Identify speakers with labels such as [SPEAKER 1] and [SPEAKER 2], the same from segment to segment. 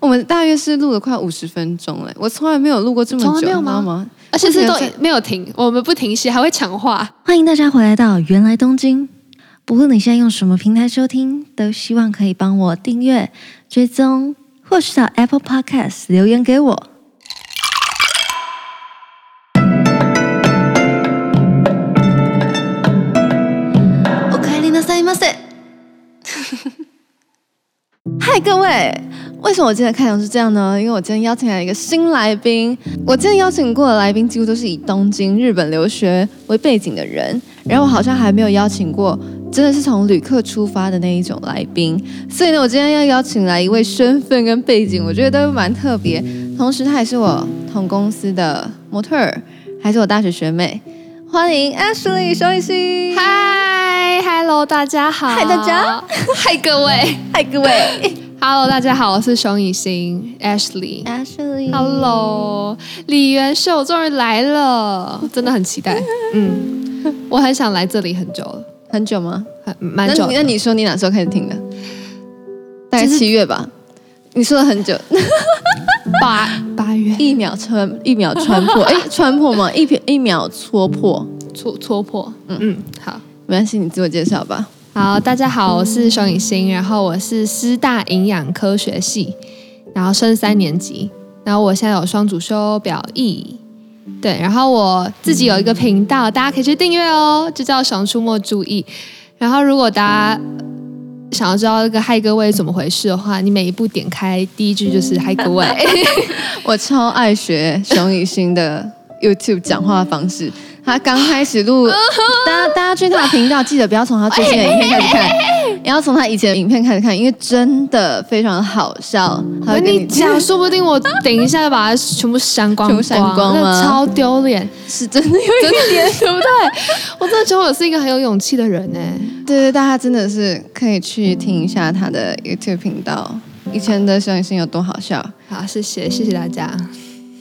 [SPEAKER 1] 我们大约是录了快五十分钟嘞，我从来没有录过这么
[SPEAKER 2] 从来
[SPEAKER 1] 久，
[SPEAKER 2] 没有
[SPEAKER 1] 你知道
[SPEAKER 2] 吗
[SPEAKER 1] 吗？
[SPEAKER 2] 而且是都
[SPEAKER 1] 我只有在
[SPEAKER 2] 没有停，我们不停歇，还会强化。
[SPEAKER 3] 欢迎大家回来到原来东京。不论你现在用什么平台收听，都希望可以帮我订阅、追踪，或是到 Apple Podcast 留言给我。おかえりなさいませ。
[SPEAKER 1] 嗨，各位！为什么我今天的开场是这样呢？因为我今天邀请来一个新来宾，我今天邀请过的来宾几乎都是以东京、日本留学为背景的人，然后我好像还没有邀请过真的是从旅客出发的那一种来宾，所以呢，我今天要邀请来一位身份跟背景，我觉得都蛮特别，同时他也是我同公司的模特儿，还是我大学学妹，欢迎 Ashley 肖艺欣。
[SPEAKER 2] 嗨，Hello，大家好。
[SPEAKER 1] 嗨大家，
[SPEAKER 2] 嗨各位
[SPEAKER 1] 嗨，各位
[SPEAKER 2] ，Hello，大家好，我是熊影星 Ashley。
[SPEAKER 3] Ashley，
[SPEAKER 2] Hello，李元秀我终于来了，真的很期 待。嗯，我很想来这里很久了，
[SPEAKER 1] 很久吗？
[SPEAKER 2] 很蛮
[SPEAKER 1] 那
[SPEAKER 2] 久
[SPEAKER 1] 你
[SPEAKER 2] 的
[SPEAKER 1] 那你说你哪时候开始听的？大概七月吧。你说了很久，
[SPEAKER 2] 八八月
[SPEAKER 1] 一秒穿一秒穿 破，哎，穿破吗？一秒一秒戳破，
[SPEAKER 2] 戳戳破。嗯嗯，好。
[SPEAKER 1] 没关系，你自我介绍吧。
[SPEAKER 2] 好，大家好，我是熊影星，然后我是师大营养科学系，然后升三年级，然后我现在有双主修表意，对，然后我自己有一个频道，大家可以去订阅哦，就叫《熊出没注意》。然后如果大家想要知道这个嗨各位怎么回事的话，你每一步点开第一句就是嗨各 位，
[SPEAKER 1] 我超爱学熊雨欣的 YouTube 讲话方式。他刚开始 录，大家大家去他的频道，记得不要从他最 近的影片开始看，也要从他以前的影片开始看，因为真的非常好笑。他
[SPEAKER 2] 我
[SPEAKER 1] 会
[SPEAKER 2] 跟
[SPEAKER 1] 跟
[SPEAKER 2] 你
[SPEAKER 1] 你
[SPEAKER 2] 讲，说不定我等一下把它全部删光
[SPEAKER 1] 全
[SPEAKER 2] 光，
[SPEAKER 1] 部删光吗
[SPEAKER 2] 那超丢脸。
[SPEAKER 1] 是真的有一点
[SPEAKER 2] 脸，对不对？我真的觉得我是一个很有勇气的人欸呢。
[SPEAKER 1] 对对，大家真的是可以去听一下他的 YouTube 频道，以前的小影星有多好笑。
[SPEAKER 2] 好，谢谢，谢谢大家。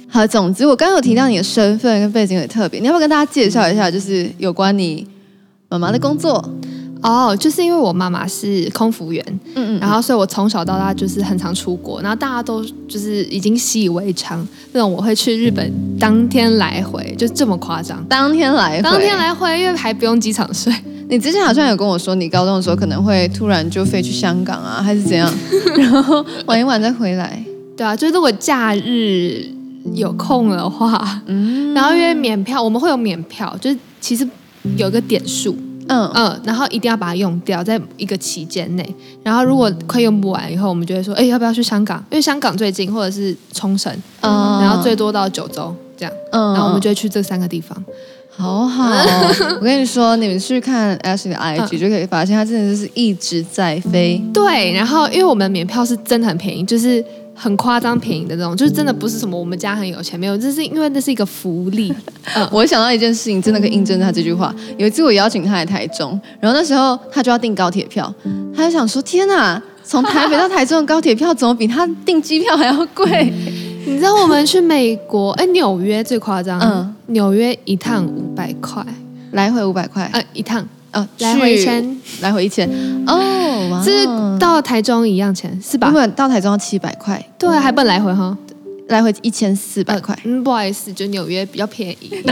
[SPEAKER 1] 好，总之我刚刚有提到你的身份跟背景很特别，你要不要跟大家介绍一下，就是有关你妈妈的工作？
[SPEAKER 2] 哦、就是因为我妈妈是空服员，
[SPEAKER 1] 嗯
[SPEAKER 2] 然后所以我从小到大就是很常出国，然后大家都就是已经习以为常，那种我会去日本当天来回，就这么夸张。
[SPEAKER 1] 当天来回，
[SPEAKER 2] 当天，来回，因为还不用机场税。
[SPEAKER 1] 你之前好像有跟我说，你高中的时候可能会突然就飞去香港啊，还是怎样，然后玩一玩再回来。
[SPEAKER 2] 对啊，就是如果假日有空的话，
[SPEAKER 1] 嗯
[SPEAKER 2] 然后因为免票，我们会有免票，就是其实有一个点数，
[SPEAKER 1] 嗯，
[SPEAKER 2] 嗯，然后一定要把它用掉，在一个期间内。然后如果快用不完以后，我们就会说，哎，要不要去香港？因为香港最近，或者是冲绳，
[SPEAKER 1] 嗯
[SPEAKER 2] 然后最多到九州这样。
[SPEAKER 1] 嗯
[SPEAKER 2] 然后我们就会去这三个地方。
[SPEAKER 1] 哦好好， 我跟你说，你们去看 Ashley 的 IG 就可以发现，她真的就是一直在飞。
[SPEAKER 2] 对，然后因为我们免票是真的很便宜，就是很夸张便宜的那种，就是真的不是什么我们家很有钱没有，这是因为那是一个福利。
[SPEAKER 1] 我想到一件事情，真的可以印证他这句话。有一次我邀请他来台中，然后那时候他就要订高铁票，他就想说：“天哪，从台北到台中的高铁票怎么比他订机票还要贵
[SPEAKER 2] 你知道我们去美国，哎，纽约最夸张，
[SPEAKER 1] 嗯
[SPEAKER 2] 纽约一趟五百块，？”
[SPEAKER 1] 来回五百块，
[SPEAKER 2] 呃，一趟
[SPEAKER 1] 哦，
[SPEAKER 2] 来回一
[SPEAKER 1] 去，
[SPEAKER 2] 千，
[SPEAKER 1] 来回一千，哦，哇
[SPEAKER 2] 这到台中一样
[SPEAKER 1] 啊
[SPEAKER 2] 钱是吧
[SPEAKER 1] 原？本到台中要七百块，
[SPEAKER 2] 对，还不能来回哈。
[SPEAKER 1] 来回一千四百块。
[SPEAKER 2] 嗯，不好意思，就纽约比较便宜。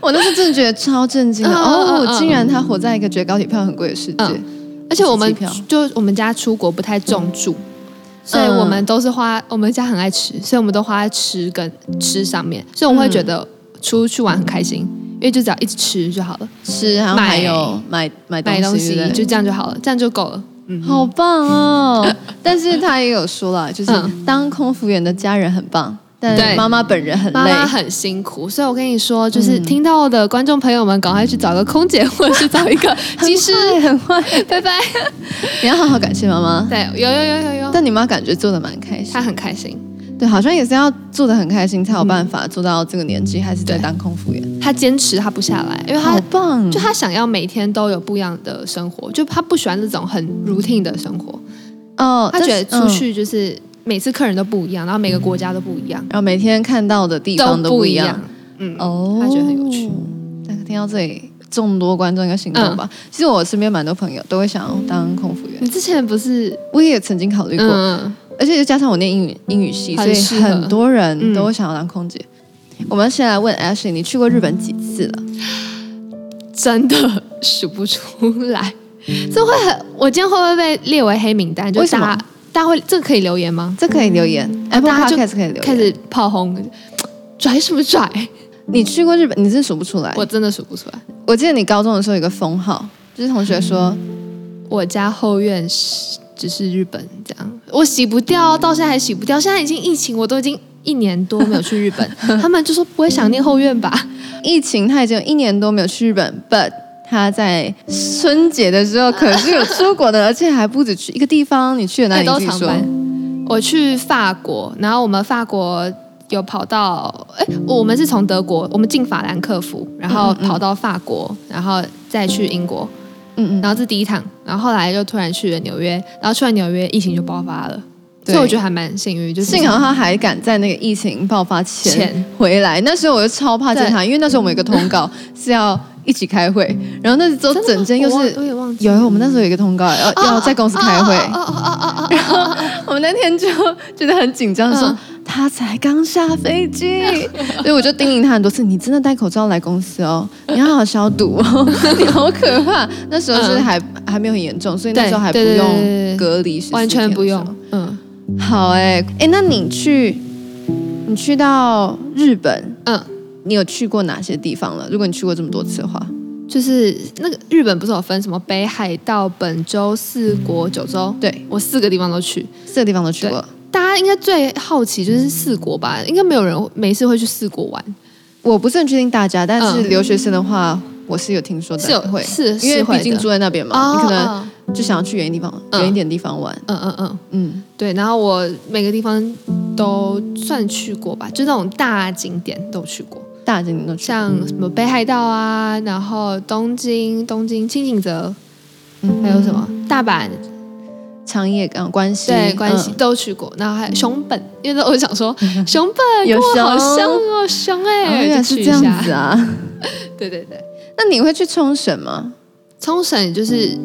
[SPEAKER 1] 我那时候真的觉得超震惊的，
[SPEAKER 2] 嗯嗯嗯
[SPEAKER 1] 哦，
[SPEAKER 2] 嗯
[SPEAKER 1] 竟然他活在一个觉得高铁票很贵的世界。
[SPEAKER 2] 嗯而且我们
[SPEAKER 1] 机票
[SPEAKER 2] 就我们家出国不太重住，所以
[SPEAKER 1] 嗯
[SPEAKER 2] 我们都是花我们家很爱吃，所以我们都花在吃跟吃上面，所以我会觉
[SPEAKER 1] 嗯
[SPEAKER 2] 得出去玩很开心，因为就只要一直吃就好了，
[SPEAKER 1] 吃，然后还有买买
[SPEAKER 2] 买东西
[SPEAKER 1] 对不对
[SPEAKER 2] 就这样就好了，这样就够了。
[SPEAKER 1] 好棒哦！但是他也有说了，就是
[SPEAKER 2] 嗯
[SPEAKER 1] 当空服员的家人很棒，但
[SPEAKER 2] 对
[SPEAKER 1] 妈妈本人很
[SPEAKER 2] 妈
[SPEAKER 1] 累。嗯
[SPEAKER 2] 妈很辛苦，所以我跟你说，就是听到的观众朋友们，赶快去找个空姐，或者是找一个技师。
[SPEAKER 1] 很坏，
[SPEAKER 2] 拜拜。
[SPEAKER 1] 你要好好感谢妈妈。
[SPEAKER 2] 对，有有有有有，
[SPEAKER 1] 但你妈感觉做的蛮开心
[SPEAKER 2] 她，很开心。
[SPEAKER 1] 对，好像也是要做的很开心才有办法做到这个年纪，还是在当空服员，
[SPEAKER 2] 他坚持他不下来，因为他
[SPEAKER 1] 好棒！
[SPEAKER 2] 就他想要每天都有不一样的生活，就他不喜欢那种很 routine 的生活，
[SPEAKER 1] 哦，
[SPEAKER 2] 他觉得
[SPEAKER 1] 但
[SPEAKER 2] 出
[SPEAKER 1] 是，
[SPEAKER 2] 去就是每次客人都不一样，然后每个国家都不一样
[SPEAKER 1] 嗯，然后每天看到的地方都
[SPEAKER 2] 不
[SPEAKER 1] 一
[SPEAKER 2] 样。嗯，
[SPEAKER 1] 哦，
[SPEAKER 2] 他觉得很有趣。嗯
[SPEAKER 1] 但听到这里，众多观众应该心动吧？其实我身边蛮多朋友都会想要当空服员，
[SPEAKER 2] 你之前不是
[SPEAKER 1] 我也曾经考虑过，
[SPEAKER 2] 嗯，
[SPEAKER 1] 而且又加上我念英语英语系，所
[SPEAKER 2] 很
[SPEAKER 1] 以
[SPEAKER 2] 适合
[SPEAKER 1] 很嗯多人都会想要当空姐。我们先来问 Ashley，你去过日本几次了？
[SPEAKER 2] 真的数不出来，这会很，我今天会不会被列为黑名单？就
[SPEAKER 1] 为什么
[SPEAKER 2] 大家大家会这个可以留言吗？
[SPEAKER 1] 这可以留言、a p p l
[SPEAKER 2] 嗯
[SPEAKER 1] e
[SPEAKER 2] 啊大家就
[SPEAKER 1] Podcast 可以留言。哎
[SPEAKER 2] 开始炮轰，拽什么拽？
[SPEAKER 1] 你去过日本，你真数不出来。
[SPEAKER 2] 我
[SPEAKER 1] 我
[SPEAKER 2] 真的数不出来。
[SPEAKER 1] 我记得你高中的时候有个封号，就是同学说，
[SPEAKER 2] 嗯我家后院是只是日本这样，我洗不掉，到现在还洗不掉。现在已经疫情，我都已经一年多没有去日 本，他们就说不会想念后院吧？
[SPEAKER 1] 疫情他已经有一年多没有去日本，but 他在春节的时候可是有出国的，而且还不止去一个地方。你去了哪里？
[SPEAKER 2] 都
[SPEAKER 1] 你自
[SPEAKER 2] 常
[SPEAKER 1] 己说。
[SPEAKER 2] 班。我去法国，然后我们法国有跑到，哎，我们是从德国，我们进法兰克福，然后
[SPEAKER 1] 嗯嗯嗯
[SPEAKER 2] 跑到法国，然后再去英国，
[SPEAKER 1] 嗯
[SPEAKER 2] 然后这是第一趟，然后后来就突然去了纽约，然后去了纽约，疫情就爆发了，
[SPEAKER 1] 对
[SPEAKER 2] 所以我觉得还蛮幸运，就
[SPEAKER 1] 嗯，
[SPEAKER 2] 是
[SPEAKER 1] 幸好他还敢在那个疫情爆发前
[SPEAKER 2] 前
[SPEAKER 1] 回来。那时候我就超怕见他，因为那时候我们有一个通告是要一起开会，然后那时候
[SPEAKER 2] 真的吗
[SPEAKER 1] 整间又
[SPEAKER 2] 我忘
[SPEAKER 1] 是
[SPEAKER 2] 我也忘记
[SPEAKER 1] 有我们那时候有一个通告
[SPEAKER 2] 啊
[SPEAKER 1] 要要在公司开会，
[SPEAKER 2] 哦哦哦哦哦哦，
[SPEAKER 1] 我们那天就觉得很紧张，说、
[SPEAKER 2] 嗯
[SPEAKER 1] 他才刚下飞机， 所以我就叮咛他很多次：你真的戴口罩来公 司哦，你要好好消毒哦，你好可怕。那时候是
[SPEAKER 2] 嗯
[SPEAKER 1] 还、还没有很严重，所以那
[SPEAKER 2] 对
[SPEAKER 1] 时候还不
[SPEAKER 2] 对对对
[SPEAKER 1] 用
[SPEAKER 2] 对对
[SPEAKER 1] 隔离14
[SPEAKER 2] 完全不
[SPEAKER 1] 天的时候
[SPEAKER 2] 用。，嗯
[SPEAKER 1] 好哎、哎、那你去你去到日本，
[SPEAKER 2] 嗯，
[SPEAKER 1] 你有去过哪些地方了？如果你去过这么多次的话，
[SPEAKER 2] 就是那个日本不是有分什么北海道、本州、四国、九州，
[SPEAKER 1] 对，
[SPEAKER 2] 我四个地方都去。
[SPEAKER 1] 四个地方都去过。
[SPEAKER 2] 大家应该最好奇就是四国吧，应该没有人每次会去四国玩，
[SPEAKER 1] 我不是很确定大家，但是
[SPEAKER 2] 嗯
[SPEAKER 1] 留学生的话，我是有听说的
[SPEAKER 2] 是有
[SPEAKER 1] 会。
[SPEAKER 2] 是
[SPEAKER 1] 因为
[SPEAKER 2] 是会
[SPEAKER 1] 毕
[SPEAKER 2] 的
[SPEAKER 1] 竟住在那边嘛，
[SPEAKER 2] 哦
[SPEAKER 1] 你可能
[SPEAKER 2] 哦
[SPEAKER 1] 就想要去远一地方、
[SPEAKER 2] 嗯
[SPEAKER 1] 远一点地方玩。
[SPEAKER 2] 嗯嗯嗯，
[SPEAKER 1] 嗯，
[SPEAKER 2] 对。然后我每个地方都算去过吧，就那种大景点都去过，
[SPEAKER 1] 大景点都去。
[SPEAKER 2] 像什么北海道啊，然后东京、东京、清景泽，
[SPEAKER 1] 嗯
[SPEAKER 2] 还有什么大阪、
[SPEAKER 1] 长野港关系，
[SPEAKER 2] 对关系
[SPEAKER 1] 嗯
[SPEAKER 2] 都去过，然后还有熊本，因为我想说 熊本
[SPEAKER 1] 有
[SPEAKER 2] 跟我好
[SPEAKER 1] 熊
[SPEAKER 2] 像哦，熊
[SPEAKER 1] 哦
[SPEAKER 2] 哎、
[SPEAKER 1] 原来
[SPEAKER 2] 就是去一
[SPEAKER 1] 这样
[SPEAKER 2] 下
[SPEAKER 1] 子，啊。
[SPEAKER 2] 对对对。
[SPEAKER 1] 那你会去冲绳吗？
[SPEAKER 2] 冲绳也就是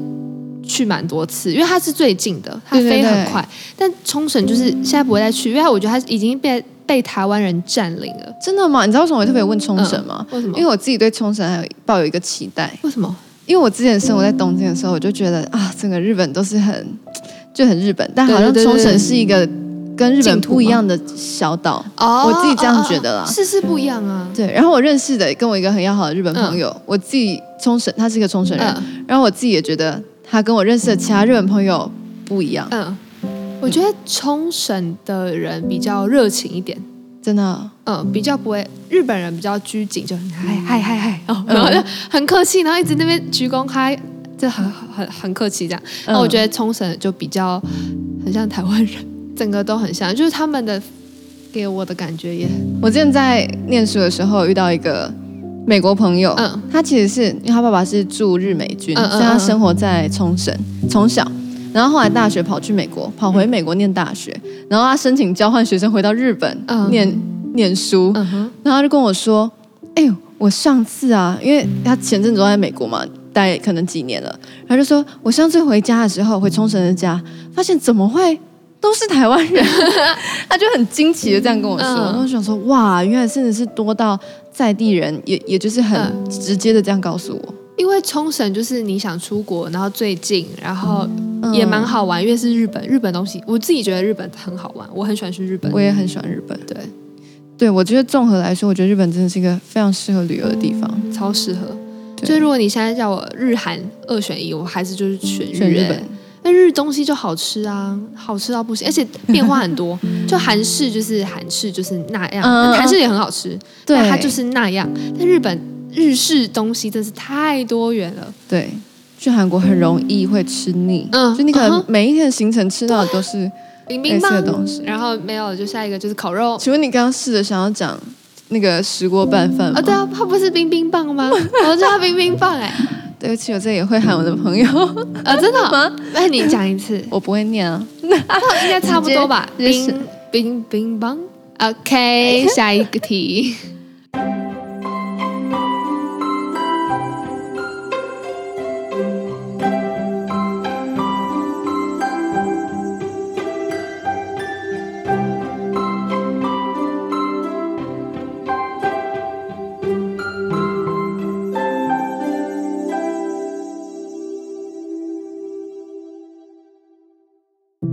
[SPEAKER 2] 去蛮多次，因为它是最近的，它
[SPEAKER 1] 对对
[SPEAKER 2] 飞
[SPEAKER 1] 对
[SPEAKER 2] 很快。但冲绳就是现在不会再去，因为我觉得它已经被被台湾人占领了。嗯
[SPEAKER 1] 真的吗？你知道为什么我特别问冲绳吗？
[SPEAKER 2] 为什么？
[SPEAKER 1] 因为我自己对冲绳还有抱有一个期待，
[SPEAKER 2] 为什么？
[SPEAKER 1] 因为我之前生活在东京的时候，我就觉得啊，整个日本都是很就很日本，但好像
[SPEAKER 2] 对对对
[SPEAKER 1] 冲绳
[SPEAKER 2] 对
[SPEAKER 1] 是一个跟日本
[SPEAKER 2] 净土吗
[SPEAKER 1] 不一样的小岛。
[SPEAKER 2] 哦
[SPEAKER 1] 我自己这样觉得啦
[SPEAKER 2] 哦哦哦是是不一样啊。
[SPEAKER 1] 对，然后我认识的跟我一个很要好的日本朋友，我自己冲绳，他是一个冲绳人，
[SPEAKER 2] 嗯
[SPEAKER 1] 然后我自己也觉得他跟我认识的其他日本朋友不一样，
[SPEAKER 2] 嗯，我觉得冲绳的人比较热情一点。
[SPEAKER 1] 真的。
[SPEAKER 2] 嗯，比较不会，日本人比较拘谨，就很嗨嗨嗨嗨，哦，
[SPEAKER 1] 嗯
[SPEAKER 2] 然后就很客气，然后一直那边鞠躬嗨，就很很很客气这样。
[SPEAKER 1] 嗯
[SPEAKER 2] 那、我觉得冲绳就比较很像台湾人，整个都很像，就是他们的给我的感觉也
[SPEAKER 1] 我之前在念书的时候遇到一个美国朋友，
[SPEAKER 2] 嗯
[SPEAKER 1] 他其实是因为他爸爸是驻日美军，
[SPEAKER 2] 嗯嗯
[SPEAKER 1] 所以他
[SPEAKER 2] 嗯
[SPEAKER 1] 生活在冲绳，从小。然后后来大学跑去美国，跑
[SPEAKER 2] 嗯
[SPEAKER 1] 回美国念大学，然后他申请交换学生回到日本、
[SPEAKER 2] 嗯
[SPEAKER 1] 念念书，
[SPEAKER 2] 嗯哼
[SPEAKER 1] 然后他就跟我说：“哎、呦，我上次啊，因为他前阵子都在美国嘛，待可能几年了，他就说我上次回家的时候，回冲绳的家，发现怎么会都是台湾人， 他就很惊奇的这样跟我说，
[SPEAKER 2] 嗯
[SPEAKER 1] 然后我想说哇，原来真的是多到在地人，也也就是很
[SPEAKER 2] 嗯
[SPEAKER 1] 直接的这样告诉我，
[SPEAKER 2] 因为冲绳就是你想出国，然后最近，然后
[SPEAKER 1] 嗯
[SPEAKER 2] 也蛮，好玩，因为是日本，日本东西我自己觉得日本很好玩，我很喜欢去日本
[SPEAKER 1] 我。也很喜欢日本，
[SPEAKER 2] 对，
[SPEAKER 1] 对我觉得综合来说，我觉得日本真的是一个非常适合旅游的地方，
[SPEAKER 2] 超适合。
[SPEAKER 1] 对
[SPEAKER 2] 就是如果你现在叫我日韩二选一，我还是就是选日
[SPEAKER 1] 选日
[SPEAKER 2] 欸
[SPEAKER 1] 本。
[SPEAKER 2] 那日东西就好吃啊，好吃到不行，而且变化很 多。就韩式就是韩式就是那样，
[SPEAKER 1] 嗯嗯嗯嗯
[SPEAKER 2] 韩式也很好吃，
[SPEAKER 1] 对
[SPEAKER 2] 但它就是那样。但日本日式东西真是太多元了，
[SPEAKER 1] 对，去韩国很容易会吃腻，
[SPEAKER 2] 嗯
[SPEAKER 1] 就你可
[SPEAKER 2] 嗯
[SPEAKER 1] 能
[SPEAKER 2] 哼
[SPEAKER 1] 每一天的行程吃到的都是
[SPEAKER 2] 冰
[SPEAKER 1] 类
[SPEAKER 2] 冰
[SPEAKER 1] 似的
[SPEAKER 2] 棒，
[SPEAKER 1] 东西。
[SPEAKER 2] 然后没有就下一个就是烤肉。
[SPEAKER 1] 请问你刚刚试着想要讲那个石锅拌饭吗？
[SPEAKER 2] 哦，对啊，它不是冰冰棒 吗？我叫它冰冰棒哎、
[SPEAKER 1] 啊对不起，我这也会喊我的朋友，
[SPEAKER 2] 啊、 真的吗？那你讲一次，
[SPEAKER 1] 我不会念啊。
[SPEAKER 2] 应该差不多吧？
[SPEAKER 1] 直接
[SPEAKER 2] 冰冰冰棒。OK，下一个题。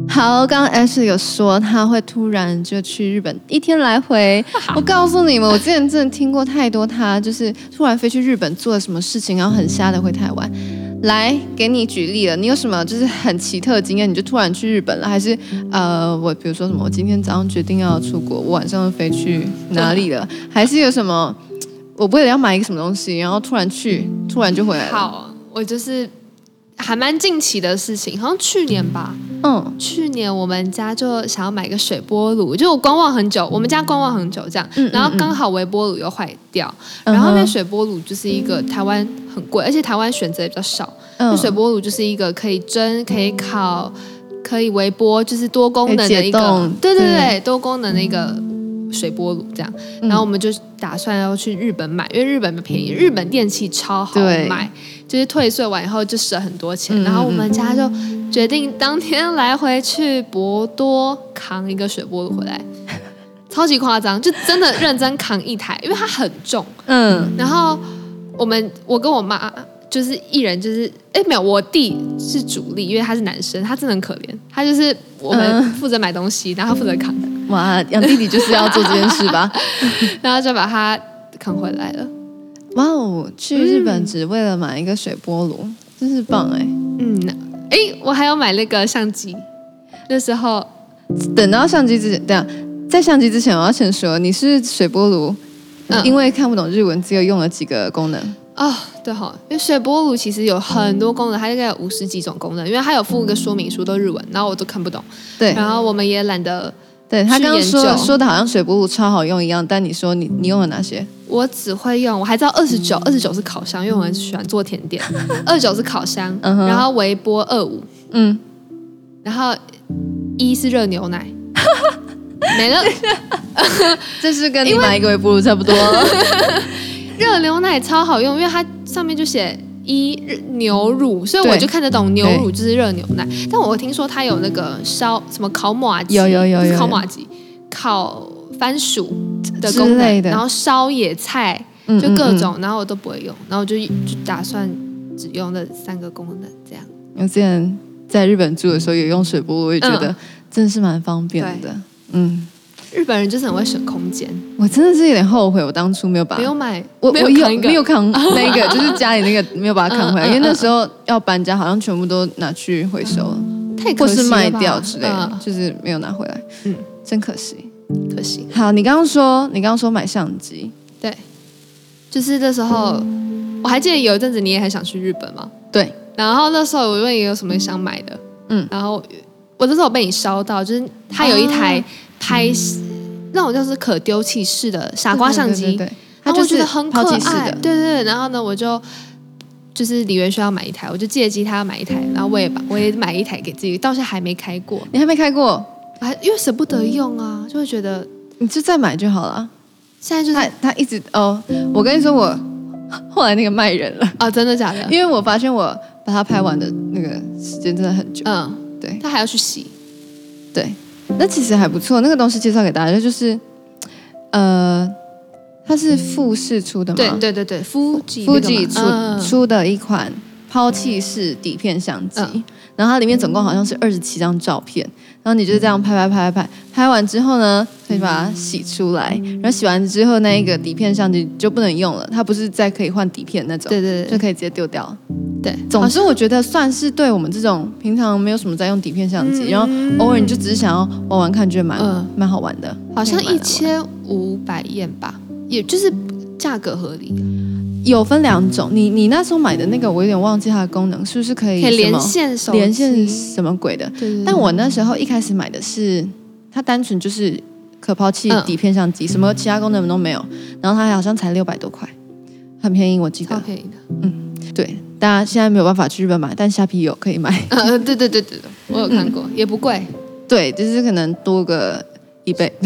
[SPEAKER 1] 好，刚刚 Ashley 有说他会突然就去日本一天来回。我告诉你们，我之前真的听过太多他就是突然飞去日本做了什么事情，然后很瞎的回台湾。来，给你举例了，你有什么就是很奇特的经验？你就突然去日本了，还是呃，我比如说什么，我今天早上决定要出国，我晚上飞去哪里了？还是有什么？我为了要买一个什么东西，然后突然去，突然就回来了。，
[SPEAKER 2] 好，我就是还蛮近期的事情，好像去年吧。
[SPEAKER 1] 嗯，
[SPEAKER 2] 去年我们家就想要买一个水波炉，就我观望很久，我们家观望很久这样，
[SPEAKER 1] 嗯嗯
[SPEAKER 2] 然后刚好微波炉又坏掉，
[SPEAKER 1] 嗯哼
[SPEAKER 2] 然后那水波炉就是一个台湾很贵，而且台湾选择也比较少，
[SPEAKER 1] 嗯
[SPEAKER 2] 就水波炉就是一个可以蒸、可以烤、可以微波，就是多功能的一
[SPEAKER 1] 可以解
[SPEAKER 2] 个
[SPEAKER 1] 冻，
[SPEAKER 2] 对对对，多功能的一个水波炉这样。
[SPEAKER 1] 嗯
[SPEAKER 2] 然后我们就打算要去日本买，因为日本比较便宜，日本电器超好
[SPEAKER 1] 对
[SPEAKER 2] 买，就是退税完以后就省很多钱。
[SPEAKER 1] 嗯
[SPEAKER 2] 然后我们家就决定当天来回去博多扛一个水波炉回来，超级夸张，就真的认真扛一台，因为它很重。
[SPEAKER 1] 嗯
[SPEAKER 2] 然后我们我跟我妈就是一人就是哎没有，我弟是主力，因为他是男生，他真的很可怜，他就是我们
[SPEAKER 1] 嗯
[SPEAKER 2] 负责买东西，然后他负责扛，
[SPEAKER 1] 哇，养弟弟就是要做这件事吧？
[SPEAKER 2] 然后就把他扛回来了。
[SPEAKER 1] 哇哦，去日本只为了买一个水波炉，真是棒哎、
[SPEAKER 2] 嗯，哎，我还要买那个相机，那时候
[SPEAKER 1] 等到相机之前，等一下在相机之前，我要先说，你是水波炉，
[SPEAKER 2] 嗯
[SPEAKER 1] 因为看不懂日文，只有用了几个功能。
[SPEAKER 2] 哦，对哈、因为水波炉其实有很多功能，它大概有五十几种功能，因为它有附一个说明书，都日文，然后我都看不懂，
[SPEAKER 1] 对
[SPEAKER 2] 然后我们也懒得，
[SPEAKER 1] 对，他
[SPEAKER 2] 去
[SPEAKER 1] 刚刚
[SPEAKER 2] 研
[SPEAKER 1] 说
[SPEAKER 2] 究
[SPEAKER 1] 说的好像水波炉超好用一样，但你说你你用了哪些？
[SPEAKER 2] 我只会用，我还知道二十
[SPEAKER 1] 嗯
[SPEAKER 2] 九，二十九是烤箱，因为我很喜欢做甜点，二十九是烤箱，
[SPEAKER 1] 嗯哼
[SPEAKER 2] 然后微波二五，
[SPEAKER 1] 嗯，
[SPEAKER 2] 然后一是热牛 奶，没了，
[SPEAKER 1] 这是跟你买一个微波炉差不多。
[SPEAKER 2] 热牛奶超好用，因为它上面就写一日牛乳，所以
[SPEAKER 1] 对
[SPEAKER 2] 我就看得懂牛乳就是热牛奶。但我听说它有那个烧什么烤马鸡，
[SPEAKER 1] 有有有
[SPEAKER 2] 不是
[SPEAKER 1] 有
[SPEAKER 2] 烤
[SPEAKER 1] 有
[SPEAKER 2] 马鸡，烤番薯的
[SPEAKER 1] 之
[SPEAKER 2] 功能
[SPEAKER 1] 类，的
[SPEAKER 2] 然后烧野菜，
[SPEAKER 1] 嗯
[SPEAKER 2] 就各
[SPEAKER 1] 嗯嗯
[SPEAKER 2] 种，然后我都不会用，然后我就就打算只用那三个功能这样。
[SPEAKER 1] 我之前在日本住的时候有用水波炉，我也觉得
[SPEAKER 2] 嗯
[SPEAKER 1] 真的是蛮方便的。嗯，
[SPEAKER 2] 日本人就是很会省空间，
[SPEAKER 1] 我真的是有点后悔，我当初没有把
[SPEAKER 2] 没有买，
[SPEAKER 1] 啊我
[SPEAKER 2] 没
[SPEAKER 1] 我
[SPEAKER 2] 有
[SPEAKER 1] 有
[SPEAKER 2] 扛一个
[SPEAKER 1] 没有扛 那个，就是家里那个没有把它扛回来，
[SPEAKER 2] 嗯嗯
[SPEAKER 1] 因为那时候要搬家，好像全部都拿去回收了，
[SPEAKER 2] 太嗯可
[SPEAKER 1] 或
[SPEAKER 2] 惜
[SPEAKER 1] 是
[SPEAKER 2] 了吧
[SPEAKER 1] 卖掉之类的
[SPEAKER 2] 嗯，
[SPEAKER 1] 就是没有拿回来，
[SPEAKER 2] 嗯
[SPEAKER 1] 嗯，真可惜。
[SPEAKER 2] 可惜。
[SPEAKER 1] 好，你刚刚说你刚刚说买相机，
[SPEAKER 2] 对，就是那时候，我还记得有一阵子你也很想去日本嘛。
[SPEAKER 1] 对，
[SPEAKER 2] 然后那时候我问你有什么想买的，
[SPEAKER 1] 嗯
[SPEAKER 2] 然后我那时候被你烧到，就是它有一
[SPEAKER 1] 哦
[SPEAKER 2] 台拍、那种就是可丢弃式的傻瓜相机，
[SPEAKER 1] 对对对对，它
[SPEAKER 2] 然后
[SPEAKER 1] 就
[SPEAKER 2] 我觉
[SPEAKER 1] 是
[SPEAKER 2] 得很可
[SPEAKER 1] 抛弃式
[SPEAKER 2] 爱，
[SPEAKER 1] 的，
[SPEAKER 2] 对对对。然后呢，我就就是李元轩要买一台，我就借机他要买一台，然后我也把我也买一台给自己，到现在还没开过，
[SPEAKER 1] 你还没开过，
[SPEAKER 2] 我还因为舍不得用啊，就会觉得
[SPEAKER 1] 你就再买就好了。
[SPEAKER 2] 现在就是
[SPEAKER 1] 他他一直哦，我跟你说我 后来那个卖人 了，
[SPEAKER 2] 啊，真的假的？
[SPEAKER 1] 因为我发现我把它拍完的那个时间真的很久，
[SPEAKER 2] 嗯，
[SPEAKER 1] 对。
[SPEAKER 2] 他还要去洗。
[SPEAKER 1] 对，那其实还不错。那个东西介绍给大家，就是呃，它是富士出的嘛，
[SPEAKER 2] 对对对对，夫妻
[SPEAKER 1] 富士出、
[SPEAKER 2] 嗯
[SPEAKER 1] 出的一款抛弃式底片相机，
[SPEAKER 2] 嗯
[SPEAKER 1] 然后它里面总共好像是二十七张照片，然后你就这样拍拍拍拍拍，拍完之后呢，可以把它洗出来，然后洗完之后那一个底片相机就不能用了，它不是再可以换底片那种，
[SPEAKER 2] 对对
[SPEAKER 1] 就
[SPEAKER 2] 对
[SPEAKER 1] 可以直接丢掉了。
[SPEAKER 2] 对，
[SPEAKER 1] 总
[SPEAKER 2] 好
[SPEAKER 1] 之，我觉得算是对我们这种平常没有什么在用底片相机，
[SPEAKER 2] 嗯
[SPEAKER 1] 然后偶尔你就只是想要玩玩看，觉得蛮、
[SPEAKER 2] 嗯
[SPEAKER 1] 蛮好玩的。
[SPEAKER 2] 好像
[SPEAKER 1] 可以买
[SPEAKER 2] 一
[SPEAKER 1] 来
[SPEAKER 2] 千五百燕吧，也就是价格合理，
[SPEAKER 1] 有分两种，你你那时候买的那个，我有点忘记它的功能，是不是可以
[SPEAKER 2] 可以
[SPEAKER 1] 什
[SPEAKER 2] 连
[SPEAKER 1] 么
[SPEAKER 2] 线手
[SPEAKER 1] 连线
[SPEAKER 2] 机
[SPEAKER 1] 什么鬼的？
[SPEAKER 2] 对对对，
[SPEAKER 1] 但我那时候一开始买的是它单纯就是可抛弃
[SPEAKER 2] 嗯
[SPEAKER 1] 底片相机，什么其他功能都没有，然后它好像才六百多块，很便宜，我记
[SPEAKER 2] 超
[SPEAKER 1] 得。
[SPEAKER 2] 便宜的。
[SPEAKER 1] 对，大家现在没有办法去日本买，但虾皮有可以买。
[SPEAKER 2] 呃，对对对对对，我有看
[SPEAKER 1] 嗯
[SPEAKER 2] 过，也不贵。
[SPEAKER 1] 对，就是可能多个一倍，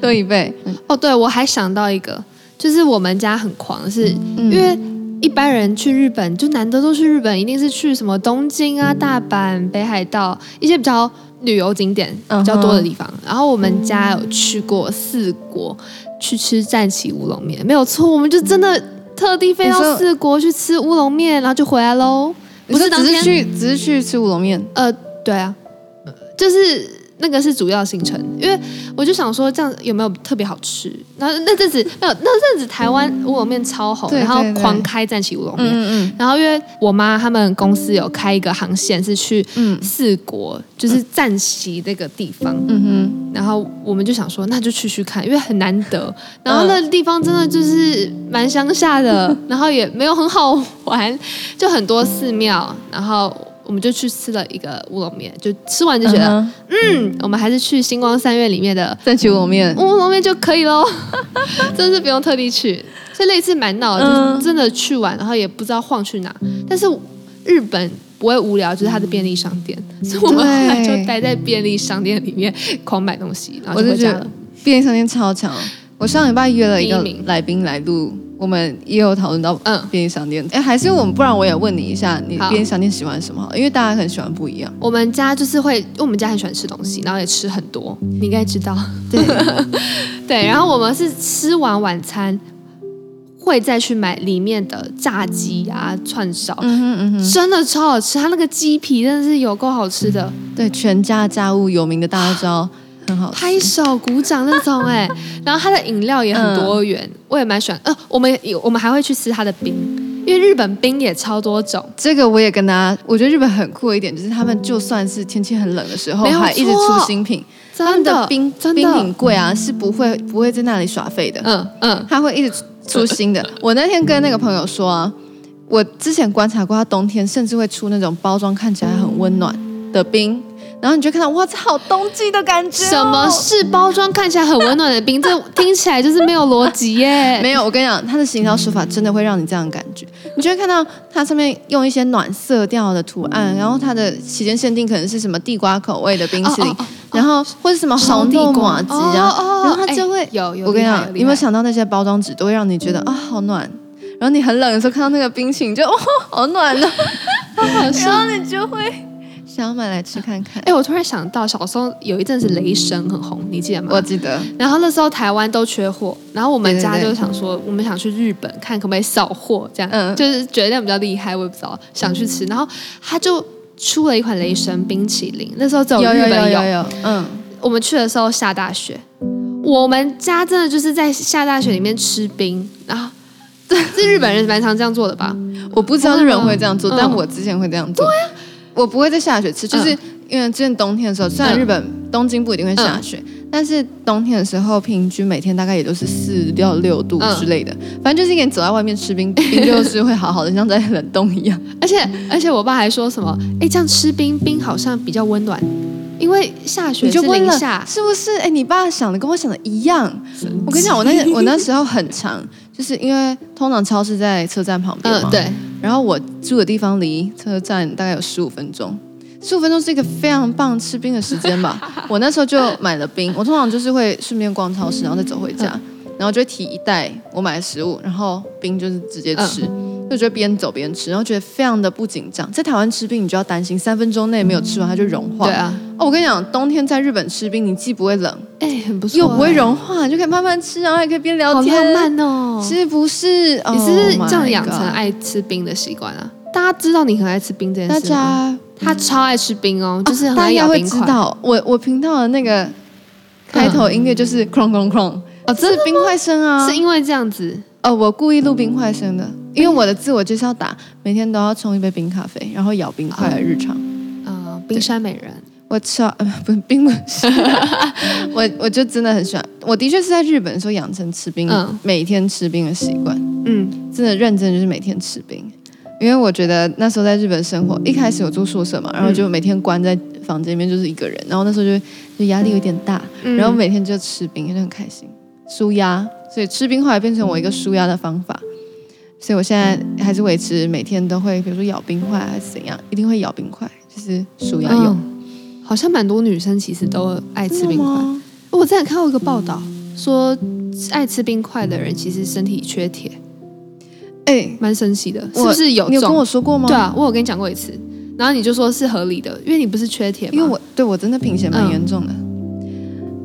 [SPEAKER 1] 多一倍。
[SPEAKER 2] 哦，对，我还想到一个，就是我们家很狂，是
[SPEAKER 1] 嗯
[SPEAKER 2] 因为。一般人去日本，就难得都去日本，一定是去什么东京啊、大阪、北海道一些比较旅游景点
[SPEAKER 1] 嗯
[SPEAKER 2] 比较
[SPEAKER 1] 哼
[SPEAKER 2] 多的地方。然后我们家有去过四国，去吃战旗乌龙面，没有错，我们就真的特地飞
[SPEAKER 1] 你
[SPEAKER 2] 到
[SPEAKER 1] 说
[SPEAKER 2] 四国去吃乌龙面，然后就回来喽。
[SPEAKER 1] 不
[SPEAKER 2] 不
[SPEAKER 1] 是
[SPEAKER 2] 是
[SPEAKER 1] 只
[SPEAKER 2] 当
[SPEAKER 1] 是
[SPEAKER 2] 天，
[SPEAKER 1] 去，只是去吃乌龙面。
[SPEAKER 2] 呃，对啊，就是那个是主要行程，因为我就想说这样有没有特别好吃？然后那阵子没有，那阵子台湾乌龙面超红，
[SPEAKER 1] 对
[SPEAKER 2] 然后
[SPEAKER 1] 对对
[SPEAKER 2] 狂开战旗乌龙面。
[SPEAKER 1] 嗯
[SPEAKER 2] 然后因为我妈他们公司有开一个航线是去
[SPEAKER 1] 嗯
[SPEAKER 2] 四国，就是战旗那个地方，
[SPEAKER 1] 嗯嗯
[SPEAKER 2] 然后我们就想说那就去去看，因为很难得。然后
[SPEAKER 1] 嗯
[SPEAKER 2] 那个地方真的就是蛮乡下 的，然后也没有很好玩，就很多寺庙，然后。我们就去吃了一个乌龙面，就吃完就
[SPEAKER 1] 哼，
[SPEAKER 2] 觉得
[SPEAKER 1] 嗯哼
[SPEAKER 2] 嗯，我们还是去星光三月里面的
[SPEAKER 1] 再去我面
[SPEAKER 2] 乌龙面就可以喽， 真是不用特地去。所以那一次蛮闹的，
[SPEAKER 1] 嗯
[SPEAKER 2] 就是真的去玩，然后也不知道晃去哪。但是日本不会无聊，就是它的便利商店，所以我们后来就待在便利商店里面狂买东西，然后
[SPEAKER 1] 我
[SPEAKER 2] 就啊
[SPEAKER 1] 就
[SPEAKER 2] 回
[SPEAKER 1] 觉
[SPEAKER 2] 家
[SPEAKER 1] 得
[SPEAKER 2] 了。
[SPEAKER 1] 便利商店超强。我上礼拜约了一个
[SPEAKER 2] 第一名
[SPEAKER 1] 来宾来录，我们也有讨论到
[SPEAKER 2] 嗯
[SPEAKER 1] 便利商店。哎、还是我们，不然我也问你一下，你
[SPEAKER 2] 好
[SPEAKER 1] 便利商店喜欢什么好了？因为大家可能喜欢不一样。
[SPEAKER 2] 我们家就是会，因为我们家很喜欢吃东西，然后也吃很多，你应该知道。
[SPEAKER 1] 嗯对，
[SPEAKER 2] 对，然后我们是吃完晚餐会再去买里面的炸鸡啊、串烧，
[SPEAKER 1] 嗯哼嗯哼，
[SPEAKER 2] 真的超好吃，它那个鸡皮真的是有够好吃的，
[SPEAKER 1] 对，全家家务有名的大家都知道，啊很好吃。
[SPEAKER 2] 拍手鼓掌那种 哎、然后它的饮料也很多元，我也蛮喜欢。呃，我们也我们还会去吃它的冰，因为日本冰也超多种，
[SPEAKER 1] 这个我也跟大家，我觉得日本很酷的一点就是他们就算是天气很冷的时候，
[SPEAKER 2] 没有
[SPEAKER 1] 还一直
[SPEAKER 2] 错
[SPEAKER 1] 出新品。他
[SPEAKER 2] 真
[SPEAKER 1] 们
[SPEAKER 2] 的
[SPEAKER 1] 的冰
[SPEAKER 2] 真
[SPEAKER 1] 冰
[SPEAKER 2] 的
[SPEAKER 1] 品，柜啊是不会不会在那里耍废的，
[SPEAKER 2] 嗯嗯，
[SPEAKER 1] 他会一直出 新的。我那天跟那个朋友说啊，我之前观察过，他冬天甚至会出那种包装看起来很温暖的冰，然后你就看到哇，这好冬季的感觉、
[SPEAKER 2] 什么？是包装看起来很温暖的 冰？这听起来就是没有逻辑耶。
[SPEAKER 1] 没有，我跟你讲，它的行销手法真的会让你这样感觉，你就会看到它上面用一些暖色调的图
[SPEAKER 2] 嗯
[SPEAKER 1] 案，然后它的期间限定可能是什么地瓜口味的冰淇淋，
[SPEAKER 2] 哦哦哦
[SPEAKER 1] 然后或者什么
[SPEAKER 2] 烧
[SPEAKER 1] 红
[SPEAKER 2] 地
[SPEAKER 1] 豆
[SPEAKER 2] 瓜
[SPEAKER 1] 马吉啊，
[SPEAKER 2] 哦哦哦
[SPEAKER 1] 然后它就会、
[SPEAKER 2] 哎有有
[SPEAKER 1] 我跟你
[SPEAKER 2] 厉害
[SPEAKER 1] 讲，
[SPEAKER 2] 有厉
[SPEAKER 1] 你有没
[SPEAKER 2] 害
[SPEAKER 1] 有想到那些包装纸都会让你觉得啊、好暖，然后你很冷的时候看到那个冰淇淋就哦 好 暖呢、
[SPEAKER 2] 好
[SPEAKER 1] 然后你就会想要买来吃看看。
[SPEAKER 2] 哎、我突然想到，小时候有一阵子雷神很红，你记得吗？
[SPEAKER 1] 我记得，
[SPEAKER 2] 然后那时候台湾都缺货，然后我们家
[SPEAKER 1] 对对
[SPEAKER 2] 就
[SPEAKER 1] 对
[SPEAKER 2] 想说，我们想去日本看可不可以扫货，这样，
[SPEAKER 1] 嗯
[SPEAKER 2] 就是觉得那样比较厉害，我也不知道，想去吃。然后他就出了一款雷神冰淇淋，那时候只有日
[SPEAKER 1] 有
[SPEAKER 2] 本
[SPEAKER 1] 有有有，嗯，
[SPEAKER 2] 我们去的时候下大雪，我们家真的就是在下大雪里面吃冰，然后。 这这日本人蛮常这样做的吧？
[SPEAKER 1] 我不知道日本会这样做，
[SPEAKER 2] 嗯
[SPEAKER 1] 但我之前会这样做。对呀，我不会在下雪吃，就是因为之前冬天的时候，虽然
[SPEAKER 2] 嗯
[SPEAKER 1] 日本东京不一定会下雪，但是冬天的时候平均每天大概也都是四到六度
[SPEAKER 2] 嗯
[SPEAKER 1] 之类的。反正就是一个人走在外面吃冰，冰就是会好好的，像在冷冻一样。
[SPEAKER 2] 而且而且我爸还说什么，哎，这样吃冰冰好像比较温暖，因为下雪
[SPEAKER 1] 你
[SPEAKER 2] 是
[SPEAKER 1] 就问
[SPEAKER 2] 零
[SPEAKER 1] 了
[SPEAKER 2] 下，
[SPEAKER 1] 是不是？哎，你爸想的跟我想的一样。我跟你讲，我 那我那时候很长，就是因为通常超市在车站旁边嘛，
[SPEAKER 2] 嗯，对，
[SPEAKER 1] 然后我住的地方离车站大概有十五分钟，十五分钟是一个非常棒吃冰的时 间吧。我那时候就买了冰，我通常就是会顺便逛超市，然后再走回家，
[SPEAKER 2] 嗯
[SPEAKER 1] 然后就会提一袋我买的食物，然后冰就是直接吃，
[SPEAKER 2] 嗯
[SPEAKER 1] 就觉得边走边吃，然后觉得非常的不紧张。在台湾吃冰，你就要担心三分钟内没有吃完它就融化。
[SPEAKER 2] 对啊，
[SPEAKER 1] 哦，我跟你讲，冬天在日本吃冰，你既不会冷，
[SPEAKER 2] 哎，很不错，
[SPEAKER 1] 又不会融化，你就可以慢慢吃，然后还可以边聊
[SPEAKER 2] 好
[SPEAKER 1] 天，
[SPEAKER 2] 浪漫哦！
[SPEAKER 1] 是不是？
[SPEAKER 2] 你是不是
[SPEAKER 1] Oh my
[SPEAKER 2] 这样养成
[SPEAKER 1] God
[SPEAKER 2] 爱吃冰的习惯啊？大家知道你很爱吃冰这件
[SPEAKER 1] 大
[SPEAKER 2] 事吗？
[SPEAKER 1] 家
[SPEAKER 2] 他超爱吃冰哦，就是很
[SPEAKER 1] 大
[SPEAKER 2] 爱
[SPEAKER 1] 家
[SPEAKER 2] 咬
[SPEAKER 1] 会
[SPEAKER 2] 冰
[SPEAKER 1] 知
[SPEAKER 2] 块。
[SPEAKER 1] 道，我我频道的那个开头音乐就是哐哐哐，
[SPEAKER 2] 哦，
[SPEAKER 1] 这
[SPEAKER 2] 真
[SPEAKER 1] 是
[SPEAKER 2] 的
[SPEAKER 1] 冰块声啊
[SPEAKER 2] 是。因为这样子，
[SPEAKER 1] 哦，我故意录冰块声的，因为我的自我介绍打每天都要冲一杯冰咖啡，然后咬冰块的日常。
[SPEAKER 2] 呃，冰山美人，
[SPEAKER 1] 我超呃不是冰不是，啊 我我就真的很喜欢。我的确是在日本的时候养成吃冰，
[SPEAKER 2] 嗯
[SPEAKER 1] 每天吃冰的习惯。
[SPEAKER 2] 嗯，
[SPEAKER 1] 真的认真就是每天吃冰，因为我觉得那时候在日本生活，一开始有住宿舍嘛，然后
[SPEAKER 2] 嗯
[SPEAKER 1] 就每天关在房间里面就是一个人，然后那时候就就压力有点大，
[SPEAKER 2] 嗯
[SPEAKER 1] 然后每天就吃冰，就很开心，舒压，所以吃冰后来变成我一个舒压的方法，所以我现在还是维持每天都会，比如说咬冰块还是怎样，一定会咬冰块，就是舒压用。
[SPEAKER 2] 嗯好像蛮多女生其实都爱吃冰块。哦
[SPEAKER 1] 吗？
[SPEAKER 2] 我之前看过一个报道说，爱吃冰块的人其实身体缺铁，
[SPEAKER 1] 哎、
[SPEAKER 2] 蛮神奇的，是
[SPEAKER 1] 我
[SPEAKER 2] 不是有
[SPEAKER 1] 你有跟我
[SPEAKER 2] 种？
[SPEAKER 1] 说过吗？
[SPEAKER 2] 对，啊，我有跟你讲过一次，然后你就说是合理的，因为你不是缺铁吗？
[SPEAKER 1] 因为我对我真的贫血蛮严重的。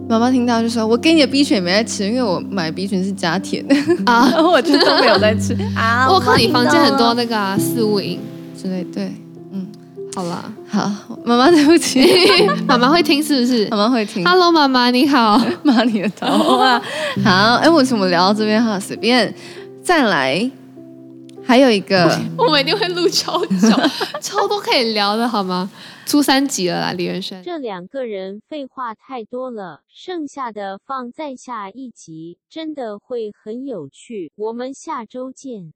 [SPEAKER 1] 妈妈听到就说：“我给你的 B 群也没在吃，因为我买 B 群是加甜的，
[SPEAKER 2] 啊，
[SPEAKER 1] 然后我就都没有在吃
[SPEAKER 3] 啊
[SPEAKER 2] 我看你房间很多那个啊四物饮，
[SPEAKER 1] 之类。”对，嗯，
[SPEAKER 2] 好 啦，
[SPEAKER 1] 好，妈妈对不 起，
[SPEAKER 2] 妈妈会听是不是
[SPEAKER 1] 妈妈会听。
[SPEAKER 2] ？Hello，妈妈你好。
[SPEAKER 1] 骂你的头啊！好，哎，为什么聊到这边哈？随便，再来，还有一个，
[SPEAKER 2] 我们一定会录超久，超多可以聊的好吗？出三集了啦，李元轩。
[SPEAKER 4] 这两个人废话太多了，剩下的放在下一集，真的会很有趣。我们下周见。